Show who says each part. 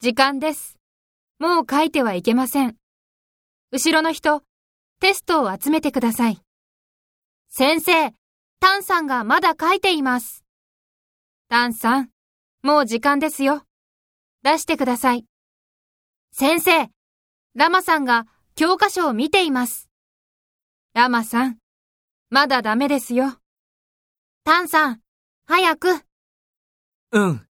Speaker 1: 時間です。もう書いてはいけません。後ろの人、テストを集めてください。先生、タンさんがまだ書いています。タンさん、もう時間ですよ。出してください。先生、ラマさんが教科書を見ています。ラマさん、まだダメですよ。タンさん、早く。
Speaker 2: うん。